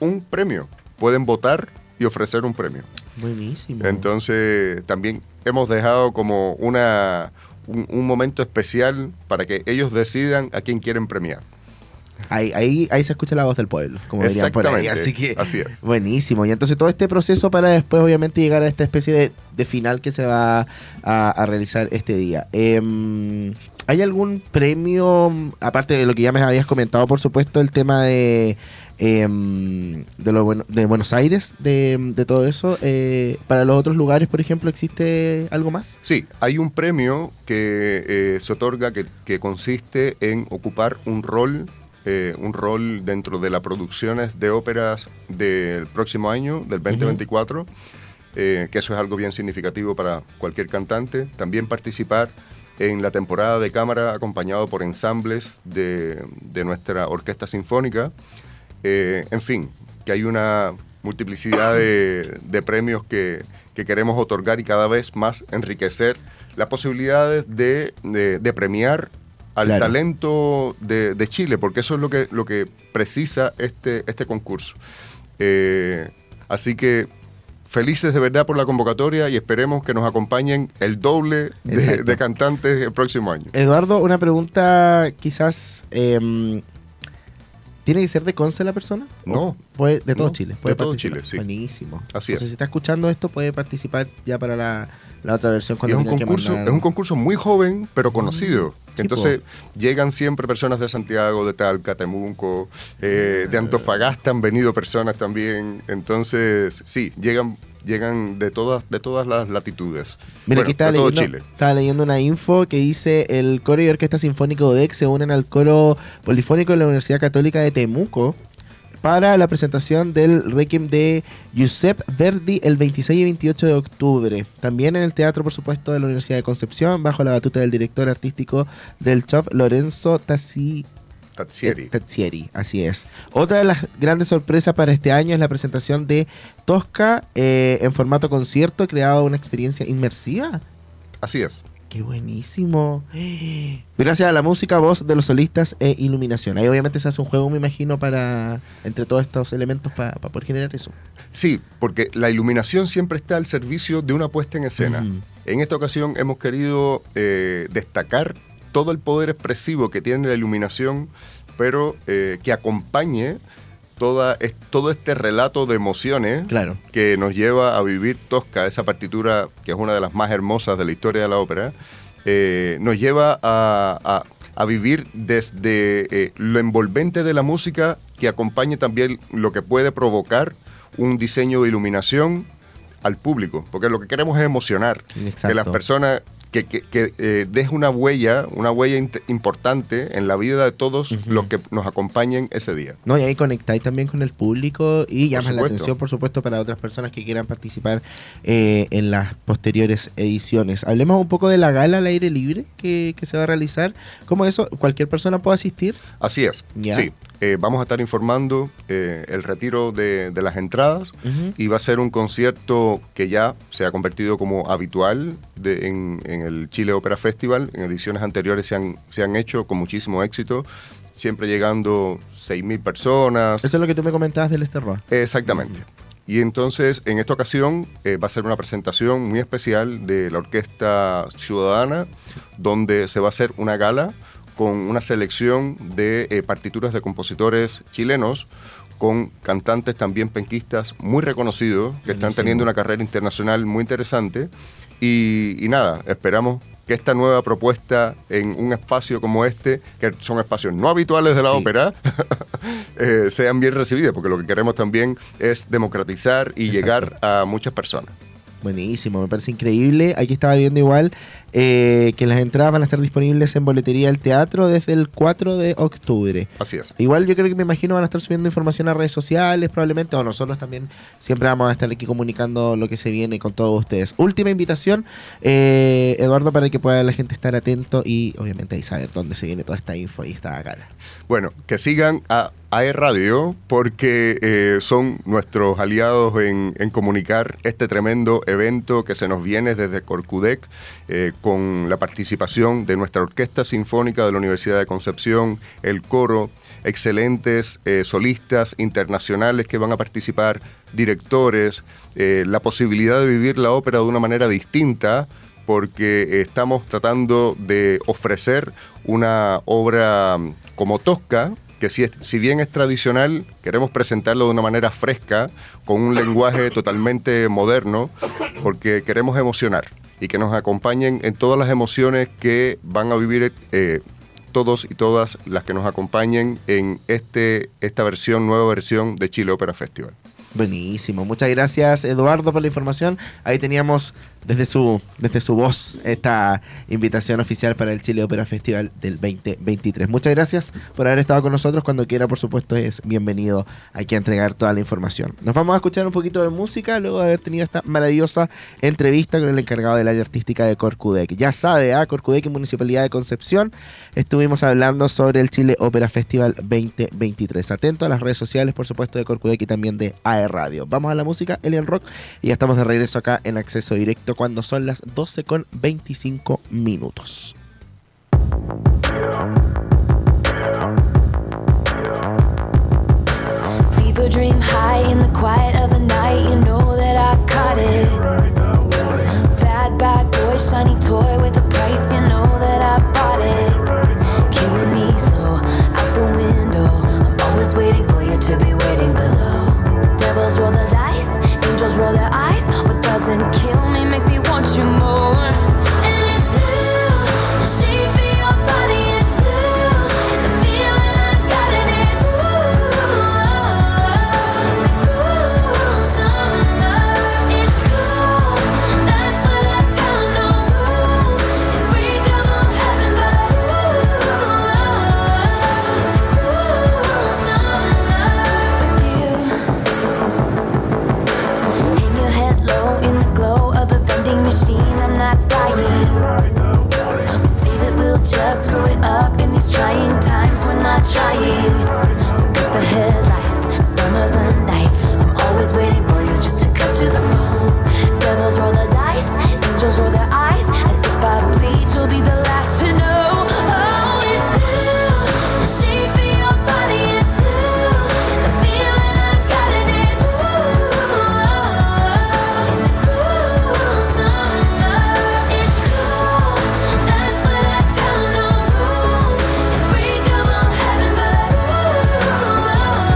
Speaker 12: un premio. Pueden votar y ofrecer un premio.
Speaker 2: Buenísimo.
Speaker 12: Entonces, también hemos dejado como una, un, un momento especial para que ellos decidan a quién quieren premiar.
Speaker 2: Ahí, ahí, ahí se escucha la voz del pueblo, como dirían por ahí.
Speaker 12: Exactamente,
Speaker 2: Así que,
Speaker 12: así es.
Speaker 2: buenísimo. Y entonces todo este proceso para después, obviamente, llegar a esta especie de, de final que se va a, a realizar este día. Em, ¿Hay algún premio, aparte de lo que ya me habías comentado, por supuesto, el tema de, em, de, lo bueno- de Buenos Aires, de, de todo eso? eh, ¿Para los otros lugares, por ejemplo, existe algo más?
Speaker 12: Sí, hay un premio que eh, se otorga que, que consiste en ocupar un rol, eh, un rol dentro de las producciones de óperas del próximo año, del 2024, eh, que eso es algo bien significativo para cualquier cantante. También participar en la temporada de cámara acompañado por ensambles de, de nuestra orquesta sinfónica. Eh, en fin, que hay una multiplicidad de, de premios que, que queremos otorgar y cada vez más enriquecer las posibilidades de, de- de premiar al
Speaker 2: Claro.
Speaker 12: talento de, de Chile, porque eso es lo que, lo que precisa este, este concurso. Eh, así que felices de verdad por la convocatoria y esperemos que nos acompañen el doble de,
Speaker 2: Exacto.
Speaker 12: de cantantes el próximo año.
Speaker 2: Eduardo, una pregunta quizás... em, ¿Tiene que ser de Conce la persona?
Speaker 12: No,
Speaker 2: Puede- de todo
Speaker 12: No,
Speaker 2: Chile.
Speaker 12: de
Speaker 2: Puede
Speaker 12: todo
Speaker 2: participar.
Speaker 12: Chile, sí.
Speaker 2: Buenísimo.
Speaker 12: Así
Speaker 2: Entonces,
Speaker 12: es.
Speaker 2: si está escuchando esto, puede participar ya para la, la otra
Speaker 12: Y
Speaker 2: versión.
Speaker 12: es
Speaker 2: Cuando
Speaker 12: un
Speaker 2: tenga que
Speaker 12: concurso,
Speaker 2: mandar-
Speaker 12: es un concurso muy joven, pero conocido.
Speaker 2: sí,
Speaker 12: Entonces llegan siempre personas de Santiago, de Talca, Temuco, eh,
Speaker 2: Ah.
Speaker 12: de Antofagasta han venido personas también. Entonces, sí, llegan llegan de todas de todas las latitudes.
Speaker 2: Mira,
Speaker 12: Bueno,
Speaker 2: aquí estaba
Speaker 12: de todo
Speaker 2: leyendo,
Speaker 12: Chile.
Speaker 2: estaba leyendo una info que dice el coro y orquesta sinfónico ODEC se unen al coro polifónico de la Universidad Católica de Temuco para la presentación del Requiem de Giuseppe Verdi el 26 y 28 de octubre. También en el teatro, por supuesto, de la Universidad de Concepción, bajo la batuta del director artístico del CHOP, Lorenzo Tassi
Speaker 12: Tatsieri.
Speaker 2: Tazzieri, así es. Otra de las grandes sorpresas para este año es la presentación de Tosca eh, en formato concierto, creado una experiencia inmersiva.
Speaker 12: Así es.
Speaker 2: ¡Qué buenísimo! Gracias a la música, voz de los solistas e iluminación. Ahí obviamente se hace un juego, me imagino, para entre todos estos elementos para poder generar eso.
Speaker 12: Sí, porque la iluminación siempre está al servicio de una puesta en escena.
Speaker 2: Ujú.
Speaker 12: En esta ocasión hemos querido eh, destacar todo el poder expresivo que tiene la iluminación, pero eh, que acompañe toda, es- todo este relato de emociones
Speaker 2: Claro.
Speaker 12: que nos lleva a vivir Tosca, esa partitura que es una de las más hermosas de la historia de la ópera, eh, nos lleva a, a- a vivir desde eh, lo envolvente de la música que acompañe también lo que puede provocar un diseño de iluminación al público, porque lo que queremos es emocionar,
Speaker 2: Exacto.
Speaker 12: que las personas que, que, que, eh, deje una huella, una huella int- importante en la vida de todos los que nos acompañen ese día.
Speaker 2: No, y ahí conectáis también con el público y llamas la
Speaker 12: supuesto.
Speaker 2: atención, por supuesto, para otras personas que quieran participar eh, en las posteriores ediciones. Hablemos un poco de la gala al aire libre que, que se va a realizar. ¿Cómo eso? ¿Cualquier persona puede asistir?
Speaker 12: Así es.
Speaker 2: Ya.
Speaker 12: Sí. Eh, vamos a estar informando eh, el retiro de, de las entradas y va a ser un concierto que ya se ha convertido como habitual de- en, en el Chile Opera Festival. En ediciones anteriores se han, se han hecho con muchísimo éxito, siempre llegando 6.000 personas.
Speaker 2: Eso es lo que tú me comentabas del Esterroa.
Speaker 12: Exactamente. Y entonces, en esta ocasión, eh, va a ser una presentación muy especial de la Orquesta Ciudadana, donde se va a hacer una gala con una selección de eh, partituras de compositores chilenos con cantantes también penquistas muy reconocidos que están teniendo una carrera internacional muy interesante. Y, y nada, esperamos que esta nueva propuesta en un espacio como este, que son espacios no habituales de la
Speaker 2: Sí.
Speaker 12: ópera, eh, sean bien recibidas, porque lo que queremos también es democratizar y llegar a muchas personas.
Speaker 2: Buenísimo, me parece increíble. Aquí estaba viendo igual eh, que las entradas van a estar disponibles en boletería del teatro desde el 4 de octubre.
Speaker 12: Así es.
Speaker 2: Igual yo creo que me imagino van a estar subiendo información a redes sociales probablemente, o nosotros también siempre vamos a estar aquí comunicando lo que se viene con todos ustedes. Última invitación, eh, Eduardo, para que pueda la gente estar atento y obviamente ahí saber dónde se viene toda esta info y esta cara.
Speaker 12: Bueno, que sigan a AE Radio porque eh, son nuestros aliados en, en comunicar este tremendo evento que se nos viene desde Corcudec eh, con la participación de nuestra Orquesta Sinfónica de la Universidad de Concepción, el coro, excelentes eh, solistas internacionales que van a participar, directores, eh, la posibilidad de vivir la ópera de una manera distinta porque estamos tratando de ofrecer una obra mm, como Tosca, que si, es- si bien es tradicional, queremos presentarlo de una manera fresca, con un lenguaje totalmente moderno, porque queremos emocionar y que nos acompañen en todas las emociones que van a vivir eh, todos y todas las que nos acompañen en este, esta versión, nueva versión de Chile Opera Festival.
Speaker 2: Buenísimo, muchas gracias Eduardo por la información. Ahí teníamos desde su, desde su voz esta invitación oficial para el Chile Opera Festival del 2023. Muchas gracias por haber estado con nosotros. Cuando quiera, por supuesto, es bienvenido aquí a entregar toda la información. Nos vamos a escuchar un poquito de música luego de haber tenido esta maravillosa entrevista con el encargado del área artística de Corcudec. Ya sabe, a Corcudec y Municipalidad de Concepción estuvimos hablando sobre el Chile Opera Festival 2023. Atento a las redes sociales, por supuesto, de Corcudec y también de AE Radio. Vamos a la música, Elian Rock, y ya estamos de regreso acá en acceso directo cuando son las 12 con 25 minutos.
Speaker 13: People dream high in the quiet of the night. You know that I caught it. Bad, bad boy, shiny toy with a price. You know that I bought it. Killing me slow, out the window. I'm always waiting for you to be waiting below. Devils roll the dice, angels roll their eyes. What doesn't kill me makes me want you more. And it's blue, the shape of your body. It's blue, the feeling I got. And it's blue, it's cruel summer. It's cool, that's what I tell 'em, No rules, unbreakable heaven, but ooh, it's cruel summer with you. Hang your head low in the glow of the vending machine. I'm not dying. We say that we'll just screw it up in these trying times. We're not trying. So cut the headlights. Summer's a knife. I'm always waiting for you just to cut to the bone. Devils roll the dice. Angels roll their eyes. And if I bleed, you'll be the last to know. Oh, it's blue. The shape of your body is blue. The feeling I got it is blue. It's cruel summer. It's cool. That's what I tell 'em, No rules. Unbreakable heaven, but ooh.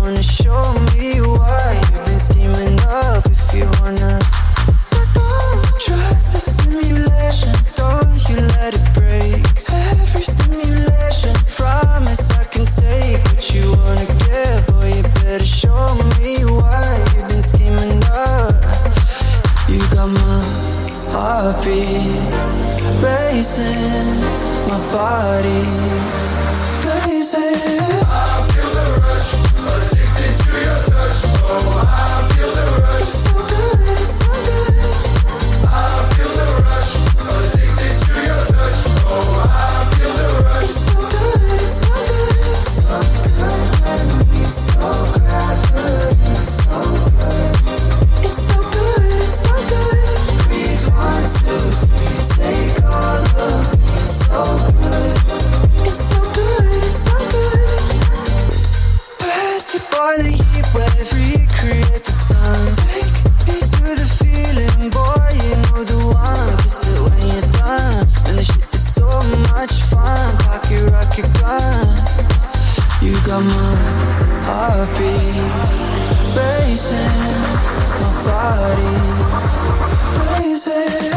Speaker 14: wanna show me why you've been scheming up if you wanna trust the simulation, don't you let it break every stimulation. Promise I can take what you wanna get, boy. You better show me why you've been scheming up. You got my heartbeat racing, my body blazing. It's so good, it's so good. It's so good, it's so good, so good. Memories, so gravity, so good. It's so good, it's so good. Breathe one, two, three, take all of me, so good. It's so good, it's so good. Pass it by the heat wave, recreate the sun. Take me to the feeling, boy, you know the one. Kiss it when you're done, and the shit is so much fun. Pocket rocket gun, you got my heartbeat racing, my body blazing.